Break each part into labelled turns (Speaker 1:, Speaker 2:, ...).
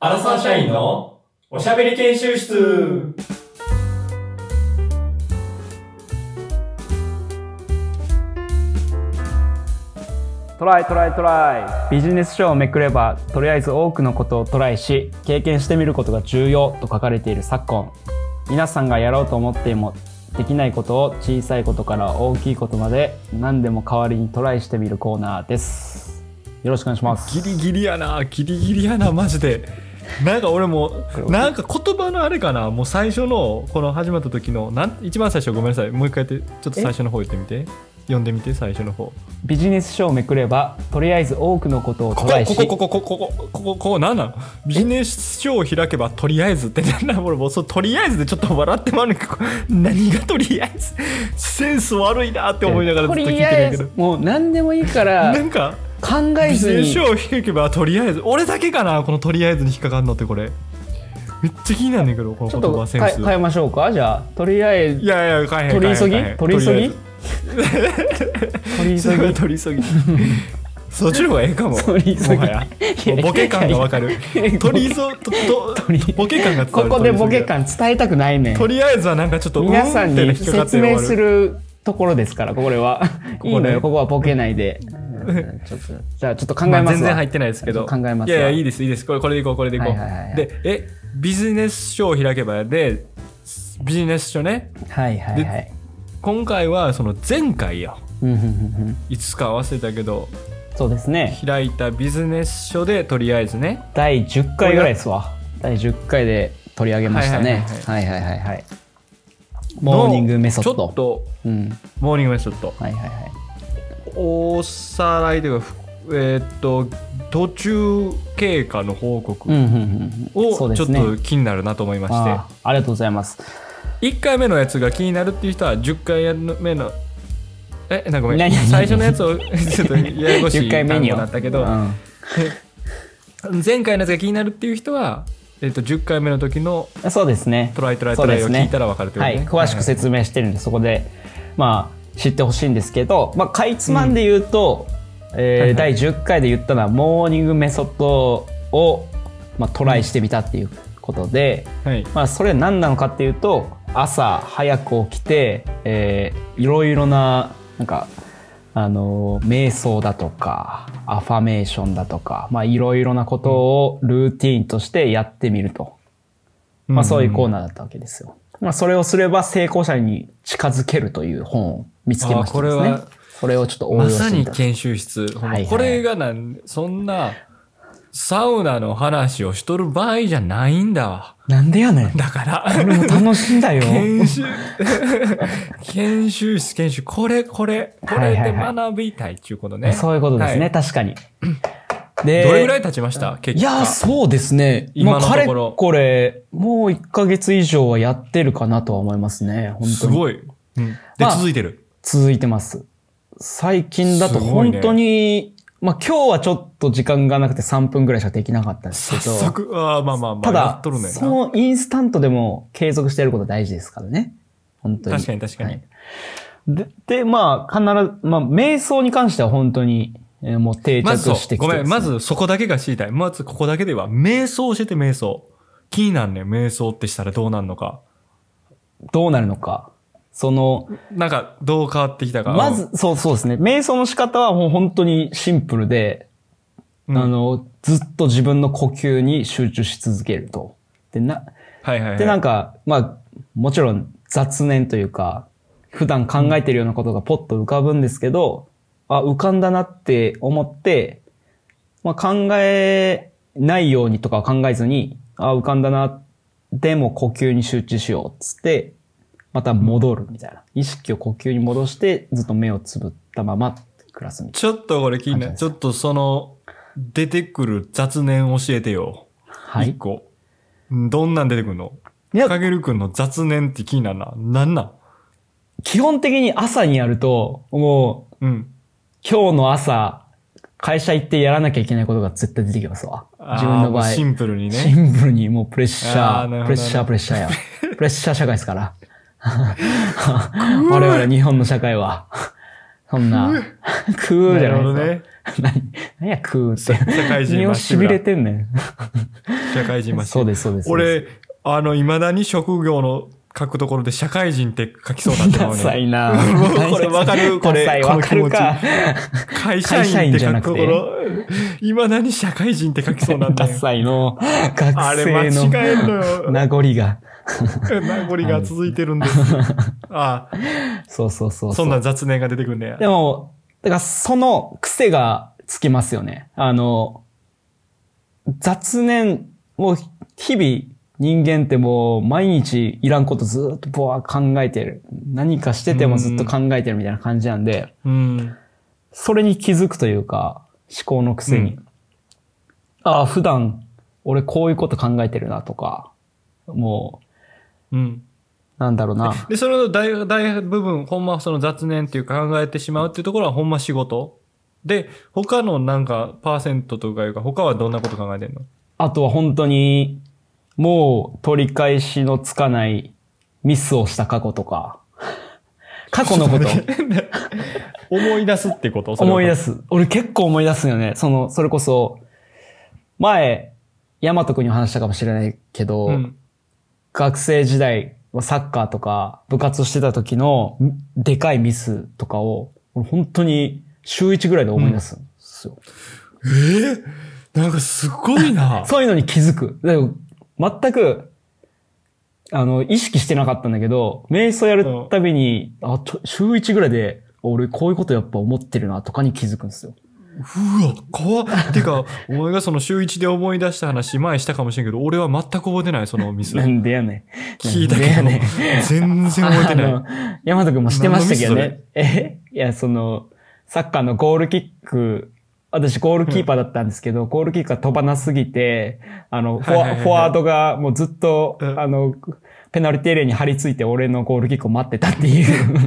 Speaker 1: アラサー社員のおしゃべり研修室
Speaker 2: トライトライトライビジネス書をめくればとりあえず多くのことをトライし経験してみることが重要と書かれている昨今皆さんがやろうと思ってもできないことを小さいことから大きいことまで何でも代わりにトライしてみるコーナーですよろしくお願いします
Speaker 1: ギリギリやなギリギリやなマジでなんか俺も
Speaker 2: これ
Speaker 1: なんか言葉のあれかなもう最初のこの始まった時のなん一番最初ごめんなさいもう一回やってちょっと最初の方言ってみて読んでみて最初の方
Speaker 2: ビジネス書をめくればとりあえず多くのことを
Speaker 1: こ
Speaker 2: トライし
Speaker 1: こここここここここここ何なのビジネス書を開けばとりあえずってなんだ俺もうそうとりあえずでちょっと笑ってまうねんけど何がとりあえずセンス悪いなって思いながらずっと聞いてるんやけど
Speaker 2: もう何でもいいか
Speaker 1: な
Speaker 2: ら
Speaker 1: んか
Speaker 2: 考え
Speaker 1: ビジ
Speaker 2: ず
Speaker 1: ネ
Speaker 2: に
Speaker 1: ス書を引けばとりあえず俺だけかなこのとりあえずに引っかかんのってこれめっちゃ気になんねんけどこの
Speaker 2: ちょ
Speaker 1: 言
Speaker 2: っと
Speaker 1: 葉セン
Speaker 2: 変え
Speaker 1: ス
Speaker 2: 変えましょうかじゃあとりあえ
Speaker 1: い
Speaker 2: ず
Speaker 1: やいや変えへん
Speaker 2: 取り急ぎ
Speaker 1: 変えへん
Speaker 2: 取り急
Speaker 1: 変えへ
Speaker 2: ぎ
Speaker 1: ん
Speaker 2: 取り
Speaker 1: そ
Speaker 2: 急
Speaker 1: れ
Speaker 2: ぎ
Speaker 1: は取り急ぎ そっちの方がええかも
Speaker 2: 取り急ぎ
Speaker 1: もはやもうボケ感がわかる取り急とと
Speaker 2: 取り
Speaker 1: ボケ感が伝
Speaker 2: こ
Speaker 1: わる
Speaker 2: こでボケ
Speaker 1: 取り急ぎ
Speaker 2: 感伝えたくないね
Speaker 1: だ
Speaker 2: ん
Speaker 1: とりあえずはなんかちょっと
Speaker 2: 皆さん
Speaker 1: うー
Speaker 2: に
Speaker 1: って引っかか
Speaker 2: 説
Speaker 1: って終わ
Speaker 2: 明するところですからこれ は
Speaker 1: こ
Speaker 2: いい
Speaker 1: こね
Speaker 2: のよここはボケないでうんちょっとじゃあちょっと考えますわ、
Speaker 1: まあ全然入ってないですけど
Speaker 2: 考えます
Speaker 1: い
Speaker 2: わ
Speaker 1: やいやいいですいいですこれこれでいこうこれでいこう、
Speaker 2: はいはいはいはい
Speaker 1: でえビジネス書を開けばでビジネス書ね
Speaker 2: はいはいはい
Speaker 1: 今回はその前回よ
Speaker 2: うんうんうんうん
Speaker 1: いつか忘れたけど
Speaker 2: そうですね
Speaker 1: 開いたビジネス書でとりあえずね
Speaker 2: 第10回ぐらいですわ第10回で取り上げましたねはいはいはいはいモーニングメソッド
Speaker 1: のちょっと
Speaker 2: うん
Speaker 1: モーニングメソッド
Speaker 2: はいはいはい
Speaker 1: おさらいというかふえーっと途中経過の報
Speaker 2: うん
Speaker 1: 告
Speaker 2: うんうんうんそ
Speaker 1: を
Speaker 2: うで
Speaker 1: ちょ
Speaker 2: す
Speaker 1: っ
Speaker 2: ね
Speaker 1: と気になるなと思いまして、
Speaker 2: あーありがとうございます
Speaker 1: 1回目のやつが気になるっていう人は10回目のえなんかごめん
Speaker 2: 何何
Speaker 1: 最初のやつを ちょっとややこしい
Speaker 2: 10回
Speaker 1: 単
Speaker 2: 目
Speaker 1: 語
Speaker 2: に
Speaker 1: に
Speaker 2: よ
Speaker 1: なったけど、
Speaker 2: うん
Speaker 1: 前回のやつが気になるっていう人は、えーっと10回目の時の
Speaker 2: そうですね。
Speaker 1: トライトライトライを聞いたらわかるということ
Speaker 2: は
Speaker 1: ね
Speaker 2: い、詳しく説明してるんで、そこで、まあ、知ってほしいんですけど、まあ、かいつまんで言うと、えー
Speaker 1: はいはい
Speaker 2: 第10回で言ったのは、モーニングメソッドを、まあ、トライしてみたっていうことで、
Speaker 1: はい
Speaker 2: まあ、それは何なのかっていうと、朝早く起きて、えーいろいろな、なんか、あのー瞑想だとか、アファメーションだとか、まあ、いろいろなことをルーティーンとしてやってみると。まあ、そういうコーナーだったわけですよ。まあ、それをすれば成功者に近づけるという本を見つけましたです
Speaker 1: あーこれ
Speaker 2: ね
Speaker 1: は。
Speaker 2: それをちょっと応用
Speaker 1: ま
Speaker 2: し
Speaker 1: さ
Speaker 2: てみ
Speaker 1: に
Speaker 2: た。
Speaker 1: 研修室、
Speaker 2: はいはい
Speaker 1: これがなんそんなサウナの話をしとる場合じゃないんだわ
Speaker 2: なんでやねん。
Speaker 1: だから
Speaker 2: 俺も楽しんだ よ。
Speaker 1: 研修研修室研修これこれこれ
Speaker 2: は
Speaker 1: で
Speaker 2: いはいはい
Speaker 1: 学びたいっていうことね、
Speaker 2: そういうことですね、
Speaker 1: は
Speaker 2: 確かに。で、
Speaker 1: どれぐらい経ちました結
Speaker 2: い
Speaker 1: 果
Speaker 2: やー、そうですね。
Speaker 1: 今のところ
Speaker 2: まあ、かれこれ、もう1ヶ月以上はやってるかなとは思いますね。本当に。
Speaker 1: すごい、うんで、
Speaker 2: まあ
Speaker 1: 続いてる
Speaker 2: 続いてます。最近だと
Speaker 1: すご
Speaker 2: 本
Speaker 1: いね
Speaker 2: 当に、まあ今日はちょっと時間がなくて3分ぐらいしかできなかったんですけ
Speaker 1: 早
Speaker 2: ど。
Speaker 1: 速あーまあまあまあ
Speaker 2: た
Speaker 1: や
Speaker 2: だ
Speaker 1: っとる、ねんな
Speaker 2: そのインスタントでも継続してやること大事ですからね。本当に。
Speaker 1: 確かに確かに
Speaker 2: はいで、で、まあ、必ず、まあ、瞑想に関しては本当に、えーもう定
Speaker 1: ま
Speaker 2: 着
Speaker 1: ずそう
Speaker 2: してきて
Speaker 1: ご
Speaker 2: ですね、
Speaker 1: めん、まずそこだけが知りたい。まずここだけでは、瞑想してて瞑想。気になんねん、瞑想ってしたらどうなんのか。
Speaker 2: どうなるのか。その、
Speaker 1: なんか、どう変わってきたか。
Speaker 2: まず、そう、そうですね。瞑想の仕方はもう本当にシンプルで、
Speaker 1: うん、
Speaker 2: あの、ずっと自分の呼吸に集中し続けると。で、な、
Speaker 1: はいはいはい。
Speaker 2: で、なんか、まあ、もちろん雑念というか、普段考えてるようなことがポッと浮かぶんですけど、あ、浮かんだなって思って、まあ、考えないようにとかは考えずに、あ、浮かんだな、でも呼吸に集中しようっつって、また戻るみたいな。意識を呼吸に戻して、ずっと目をつぶったまま暮らすみたい
Speaker 1: ちょっとこれ気にな
Speaker 2: あ
Speaker 1: る。
Speaker 2: じ
Speaker 1: ち
Speaker 2: ゃ
Speaker 1: ょっとその、出てくる雑念教えてよ。
Speaker 2: な。は
Speaker 1: 一
Speaker 2: い。
Speaker 1: 個。うんどんなん出てくるの
Speaker 2: いや
Speaker 1: かげるくんの雑念って気になるな。なんなん
Speaker 2: 基本的に朝にやると、もう、
Speaker 1: うん。
Speaker 2: 今日の朝、会社行ってやらなきゃいけないことが絶対出てきますわ。
Speaker 1: あー
Speaker 2: 自分の場合。
Speaker 1: もうシンプルに
Speaker 2: シ
Speaker 1: ね。
Speaker 2: ンプルにもうプレッシャ
Speaker 1: あーなる
Speaker 2: ー、
Speaker 1: ほど
Speaker 2: プレッシャー、プレッシャー や。プレッシャー社会ですから。 我々日本の社会は。そんな、クーじゃ
Speaker 1: なるほど
Speaker 2: ない
Speaker 1: ね
Speaker 2: ですか。何、何やクーって。
Speaker 1: 社会人
Speaker 2: 身を
Speaker 1: まっしぐ
Speaker 2: 痺
Speaker 1: ら
Speaker 2: れてんねん。
Speaker 1: 社会人マシン。
Speaker 2: そうです、そうです。
Speaker 1: 俺、あの、未だに職業の書くところで社会人って書きそうになって
Speaker 2: ダ
Speaker 1: まう
Speaker 2: サ
Speaker 1: ね。
Speaker 2: いな
Speaker 1: これわかるこれ
Speaker 2: ダサい
Speaker 1: この
Speaker 2: わ
Speaker 1: 気
Speaker 2: か
Speaker 1: 持ち
Speaker 2: るか。
Speaker 1: 会社員って書くところ、未だに社会人って書きそうなん
Speaker 2: ダ
Speaker 1: だよ。
Speaker 2: サいの。学
Speaker 1: あれ間
Speaker 2: 生
Speaker 1: 違えるの
Speaker 2: の
Speaker 1: よ。
Speaker 2: 名残が。
Speaker 1: 名残が続いてるんです。あ
Speaker 2: そうそうそう
Speaker 1: あ、
Speaker 2: う。
Speaker 1: そんな雑念が出てくるね。
Speaker 2: でも、だからその癖がつきますよね。あの、雑念を日々人間ってもう毎日いらんことずっとぼわ考えてる。何かしててもずっと考えてるみたいな感じなんで、
Speaker 1: うん。
Speaker 2: それに気づくというか、思考の癖に。
Speaker 1: う
Speaker 2: ああ、普段俺こういうこと考えてるなとか、も
Speaker 1: うん。
Speaker 2: う、なんだろうな。
Speaker 1: で、その大、大部分、ほんまその雑念っていうか考えてしまうっていうところはほんま仕事。で、他のなんか、パーセントとかいうか、他はどんなこと考えてんの
Speaker 2: あとは本当に、もう取り返しのつかないミスをした過去と か、過去 のこと
Speaker 1: 思い出すってこと
Speaker 2: 思い出
Speaker 1: す。
Speaker 2: す。俺結構思い出すよね。その、それこそ、前、ヤマト君にも話したかもしれないけど、
Speaker 1: うん。
Speaker 2: 学生時代はサッカーとか部活をしてた時のでかいミスとかを、俺本当に週1ぐらいで思い出すんですよ。
Speaker 1: えーなんかすごい な
Speaker 2: そういうのに気づく。だから全く、あの、意識してなかったんだけど、瞑想やるたびに、あ、ちょ週1ぐらいで、あ俺こういうことやっぱ思ってるなとかに気づくんですよ。
Speaker 1: うわ、怖っ。てか、お前がその週一で思い出した話、前したかもしれんけど、俺は全く覚えてない、そのミス。
Speaker 2: なんでやねん。
Speaker 1: 聞いたけ
Speaker 2: な
Speaker 1: ど、
Speaker 2: んでやねん。
Speaker 1: 全然覚えてな
Speaker 2: あ
Speaker 1: い。
Speaker 2: の、山田くんもしてましたけど
Speaker 1: 何の
Speaker 2: ね。えいや、その、サッカーのゴールキック、私ゴールキーパーだったんですけど、ゴールキックが飛ばなすぎて、あの、フォ
Speaker 1: はいはいは
Speaker 2: ワ
Speaker 1: いはい
Speaker 2: フォワードがもうずっと、
Speaker 1: うん
Speaker 2: あの、ペナルティエリアに張り付いて俺のゴールキックを待ってたっていう、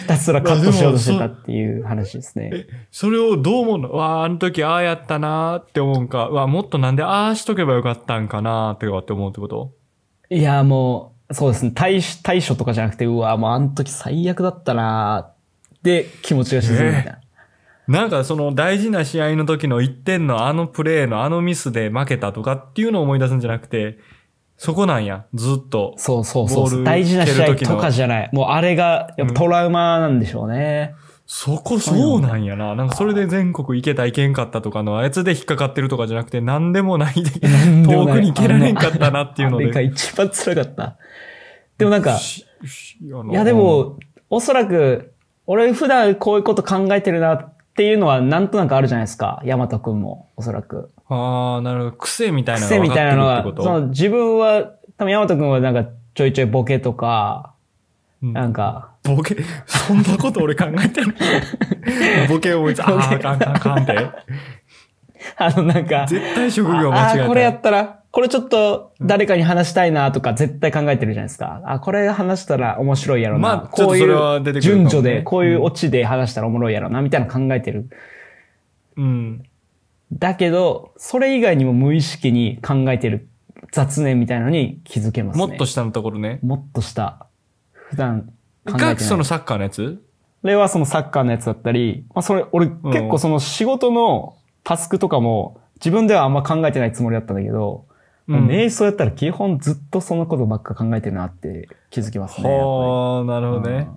Speaker 2: ひたすらカットしようとしてたっていう話ですね。
Speaker 1: それをどう思うのうわあ、あの時ああやったなーって思うんか。うわもっとなんでああしとけばよかったんかなーってかって思うってこと
Speaker 2: いや、もう、そうですね。対処、対処とかじゃなくて、うわ、もうあの時最悪だったなで、気持ちが沈むみたいな。
Speaker 1: なんかその大事な試合の時の1点のあのプレーのあのミスで負けたとかっていうのを思い出すんじゃなくて、そこなんや、ずっと。
Speaker 2: そうそうそうそう
Speaker 1: ボール
Speaker 2: 大事な試合とかじゃない。もうあれがやっぱトラウマなんでしょうね。
Speaker 1: そこそうなんやな。なんかそれで全国行けた行けんかったとかのあいつで引っかかってるとかじゃなくて、なんでもないで、
Speaker 2: んでも
Speaker 1: 遠
Speaker 2: ない
Speaker 1: くに行けられんかったなっていうの
Speaker 2: あれが
Speaker 1: で。
Speaker 2: 一番辛かった。でもなんか、
Speaker 1: ししあの
Speaker 2: いやでも、おそらく、俺普段こういうこと考えてるなっていうのはなんとなくあるじゃないですか。ヤマトくんも、おそらく。
Speaker 1: ああ、なるほど。癖みたいな
Speaker 2: 癖みたいなの
Speaker 1: が分
Speaker 2: が
Speaker 1: かってるって、こ
Speaker 2: そ
Speaker 1: と。
Speaker 2: の自分は、多分ヤマトくんはなんかちょいちょいボケとか、
Speaker 1: うん
Speaker 2: なんか、
Speaker 1: ボケ、そんなこと俺考えて ない。ボケ思いつ、あーあかんあかんあかんって。
Speaker 2: あのなんか、
Speaker 1: 絶対職業間違えた
Speaker 2: あ
Speaker 1: よ。
Speaker 2: あ、これやったら、これちょっと誰かに話したいなとか絶対考えてるじゃないですか。あ、これ話したら面白いやろな。
Speaker 1: まあちょっ
Speaker 2: ことう
Speaker 1: それは出
Speaker 2: い
Speaker 1: て
Speaker 2: う
Speaker 1: くるかも
Speaker 2: 順
Speaker 1: ね
Speaker 2: 序で、こういうオチで話したらおもろいやろな、みたいなの考えてる。
Speaker 1: うん。
Speaker 2: だけど、それ以外にも無意識に考えてる雑念みたいなのに気づけますね。
Speaker 1: もっと下のところね。
Speaker 2: もっとした。普段考えてな
Speaker 1: が、
Speaker 2: い。
Speaker 1: そのサッカーのやつ
Speaker 2: それはそのサッカーのやつだったり、まあそれ、俺結構その仕事のタスクとかも自分ではあんま考えてないつもりだったんだけど、
Speaker 1: うん
Speaker 2: もう瞑想やったら基本ずっとそのことばっか考えてるなって気づきますね。やっ
Speaker 1: はあ、なるほど
Speaker 2: ぱり
Speaker 1: ね。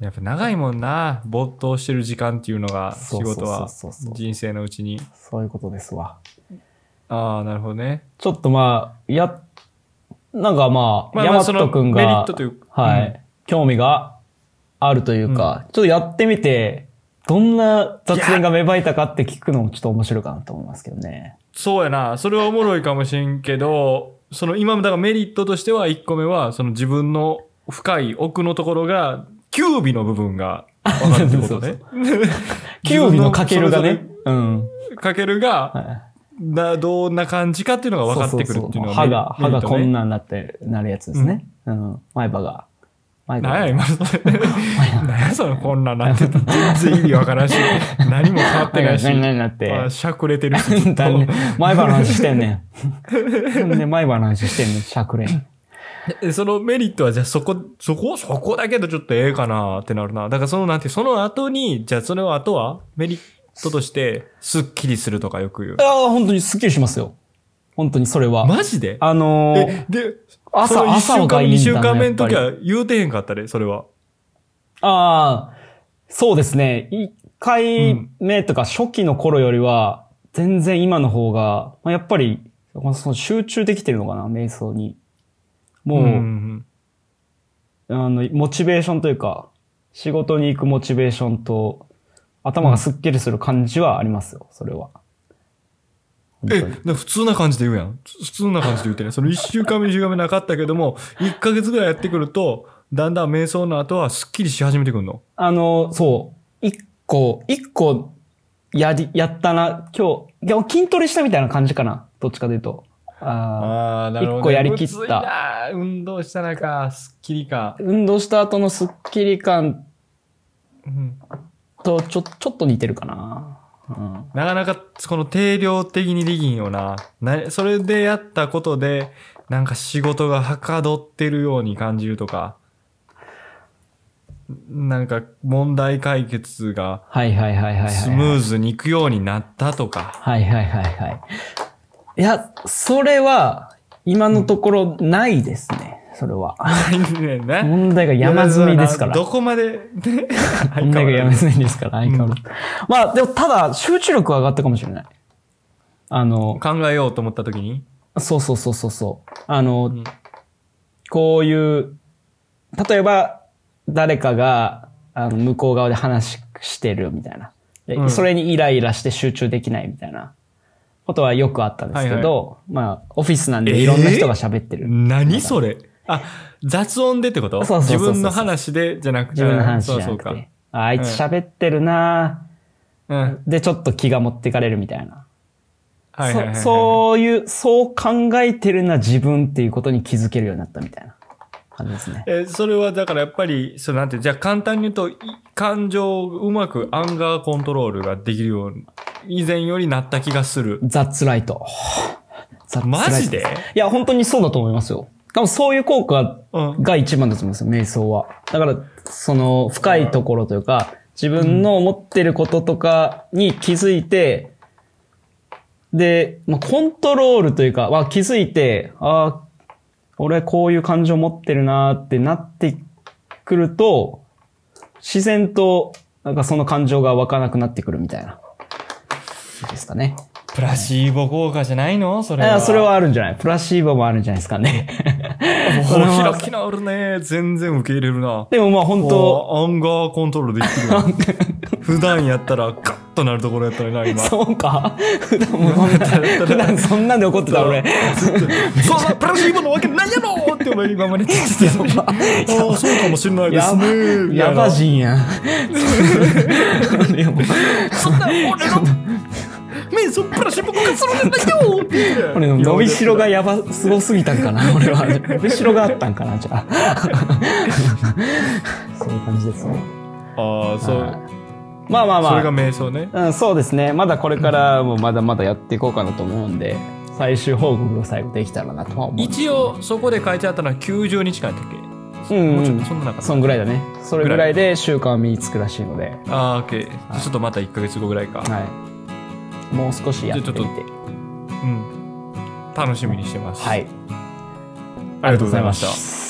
Speaker 1: やっぱ長いもんな。没頭してる時間っていうのが、仕
Speaker 2: そうそう
Speaker 1: 事は
Speaker 2: そうそうそ、う
Speaker 1: 人生のうちに
Speaker 2: うん。そういうことですわ。
Speaker 1: ああ、なるほどね。
Speaker 2: ちょっとまあ、や、なんかま
Speaker 1: ま
Speaker 2: あ、
Speaker 1: あまあ
Speaker 2: ヤマ
Speaker 1: その
Speaker 2: ト君が、
Speaker 1: メリットというか
Speaker 2: はい、
Speaker 1: うん
Speaker 2: 興味があるというか、ちょっとやってみて、どんな雑念が芽生えたかって聞くのもちょっと面白いかなと思いますけどね。
Speaker 1: そうやな。それはおもろいかもしれんけど、その今もだからメリットとしては1個目は、その自分の深い奥のところが、キュービの部分が分かるって ことね。
Speaker 2: キュウリのかけるが
Speaker 1: 自
Speaker 2: ね
Speaker 1: 分の。
Speaker 2: うん。
Speaker 1: それぞれかけるが、
Speaker 2: はい
Speaker 1: などんな感じかっていうのが分かってくるっていうの
Speaker 2: そうそうそう
Speaker 1: はメリ
Speaker 2: 歯が、
Speaker 1: メ
Speaker 2: 歯
Speaker 1: リッ
Speaker 2: が
Speaker 1: トね
Speaker 2: こんなんなって、なるやつですね。うん。前歯が。前
Speaker 1: 何や
Speaker 2: が。
Speaker 1: 今の それ。何やそのこんなんなってて全然意味わからんし、何も変わって
Speaker 2: 前
Speaker 1: な
Speaker 2: 歯
Speaker 1: いし
Speaker 2: が、何、々なって。
Speaker 1: あしゃくれてるし。ずっ と
Speaker 2: だね前歯の話してんねん。なんで前歯の話してんねん、しゃくれん。
Speaker 1: え そのメリットは、じゃあそこ、そこ、そこだけどちょっとええかなってなるな。だからその、なんていう、その後に、じゃあその後は、メリットとして、スッキリするとかよく言う。
Speaker 2: ああ、本当にスッキリしますよ。本当にそれは。
Speaker 1: マジで
Speaker 2: あのー
Speaker 1: え、で、
Speaker 2: 朝
Speaker 1: その1
Speaker 2: 朝が
Speaker 1: 週間
Speaker 2: いいんだね
Speaker 1: 目、2週間目の時
Speaker 2: や
Speaker 1: は言うてへんかったで、それは。
Speaker 2: ああ、そうですね。1
Speaker 1: う
Speaker 2: 回
Speaker 1: ん
Speaker 2: 目とか初期の頃よりは、全然今の方が、まあ、やっぱり、その集中できてるのかな、瞑想に。もう、
Speaker 1: ん
Speaker 2: あの、モチベーションというか、仕事に行くモチベーションと、頭がスッキリする感じはありますよ、それは。本
Speaker 1: え、
Speaker 2: 当
Speaker 1: だ
Speaker 2: に
Speaker 1: から普通な感じで言うやん。普通な感じで言ってね。その1週間目、2週間目なかったけども、1ヶ月ぐらいやってくると、だんだん瞑想の後はスッキリし始めてくるの。
Speaker 2: あの、そう、一個、一個、やり、やったな、今日、でも筋トレしたみたいな感じかな、どっちかというと。ああ
Speaker 1: ああ、な
Speaker 2: るほどね一個やりきったむずい
Speaker 1: 運動したなか、スッキリか。
Speaker 2: 運動した後のスッキリ感
Speaker 1: うん
Speaker 2: と、ちょ、ちょっと似てるかな。うん。
Speaker 1: なかなか、この定量的にできんよな。な、それでやったことで、なんか仕事がはかどってるように感じるとか、なんか問題解決が
Speaker 2: はいはいはいはいはい。
Speaker 1: スムーズにいくようになったとか。
Speaker 2: はいはいはいはい。いや、それは、今のところないですね。それは。
Speaker 1: ねえね
Speaker 2: 問題が山積みですから。
Speaker 1: どこまで、ね、
Speaker 2: 問題が山積みですから、相
Speaker 1: ん
Speaker 2: 変わらず。まあ、でもただ、集中力は上がったかもしれない。あの、
Speaker 1: 考えようと思った時に。
Speaker 2: そうそうそうそうそう。あの、
Speaker 1: ん
Speaker 2: こういう、例えば、誰かが、あの、向こう側で話してるみたいな。で
Speaker 1: うん
Speaker 2: それにイライラして集中できないみたいなことはよくあったんですけど、まあ、オフィスなんでいろんな人が喋ってる。
Speaker 1: 何それあ、雑音でってこと
Speaker 2: そうそうそうそう
Speaker 1: 自分の話でじゃなくて。
Speaker 2: 自分の話じゃ
Speaker 1: そ
Speaker 2: な
Speaker 1: う
Speaker 2: く
Speaker 1: そうか
Speaker 2: て。ああいつ喋ってるな
Speaker 1: うん。
Speaker 2: ぁで、ちょっと気が持ってかれるみたいな。
Speaker 1: はいはいはいはい。
Speaker 2: そそういう、そう考えてるな自分っていうことに気づけるようになったみたいな感じですね。
Speaker 1: えーそれはだからやっぱり、そうなんて、じゃあ簡単に言うと、い感情をうまくアンガーコントロールができるように、以前よりなった気がする。
Speaker 2: ザッツライト。ザッツライト
Speaker 1: マジで
Speaker 2: いや、本当にそうだと思いますよ。多分そういう効果
Speaker 1: うん。
Speaker 2: が一番だと思いますよ、瞑想は。だから、その、深いところというか、自分の思ってることとかに気づいて、で、まあ、コントロールというか、まあ、気づいて、ああ、俺こういう感情持ってるなーってなってくると、自然と、なんかその感情が湧かなくなってくるみたいな。ですかね。
Speaker 1: プラシーボ効果じゃないのそれ
Speaker 2: あ
Speaker 1: は。
Speaker 2: それはあるんじゃないプラシーボもあるんじゃないですかね。 それは
Speaker 1: お開き直るね。全然受け入れるな。
Speaker 2: でもまあ本当、
Speaker 1: おアンガーコントロールできて るわ普段やったらガッとなるところやったらな、今。
Speaker 2: そうか普段もそんな、普段そんなんで怒ってた俺。
Speaker 1: ずっとそうだ、プラシーボのわけ ないやろってお前今まで言ってたよああ、そうかもしれないですね。みたいな
Speaker 2: やばじんやん。でも
Speaker 1: そんな俺の面そっプラシーボ効果するんじゃないよって言って
Speaker 2: 俺の伸びしろがやば、すごすぎたんかな俺は。伸びしろがあったんかなじゃあ。 そういう感じですね。
Speaker 1: ああ、そう。
Speaker 2: まあまあまあ。
Speaker 1: それが瞑想ね。
Speaker 2: うん、そうですね。まだこれからもまだまだやっていこうかなと思うんで、最終報告を最後できたらなとは思う。
Speaker 1: 一応、そこで書いてあったのは90日間だっけ
Speaker 2: うん、
Speaker 1: もう
Speaker 2: う
Speaker 1: ちょっ
Speaker 2: ん
Speaker 1: と、。そんな中。
Speaker 2: そんぐらいだね。それぐらいで習慣は身につくらしいので、
Speaker 1: ああ、オッケー。じゃあちょっとまた1ヶ月後ぐらいか。
Speaker 2: はい。もう少しやってみて
Speaker 1: じゃあ。うん。楽しみにしてます。
Speaker 2: はい。
Speaker 1: ありがとうございました。
Speaker 2: た。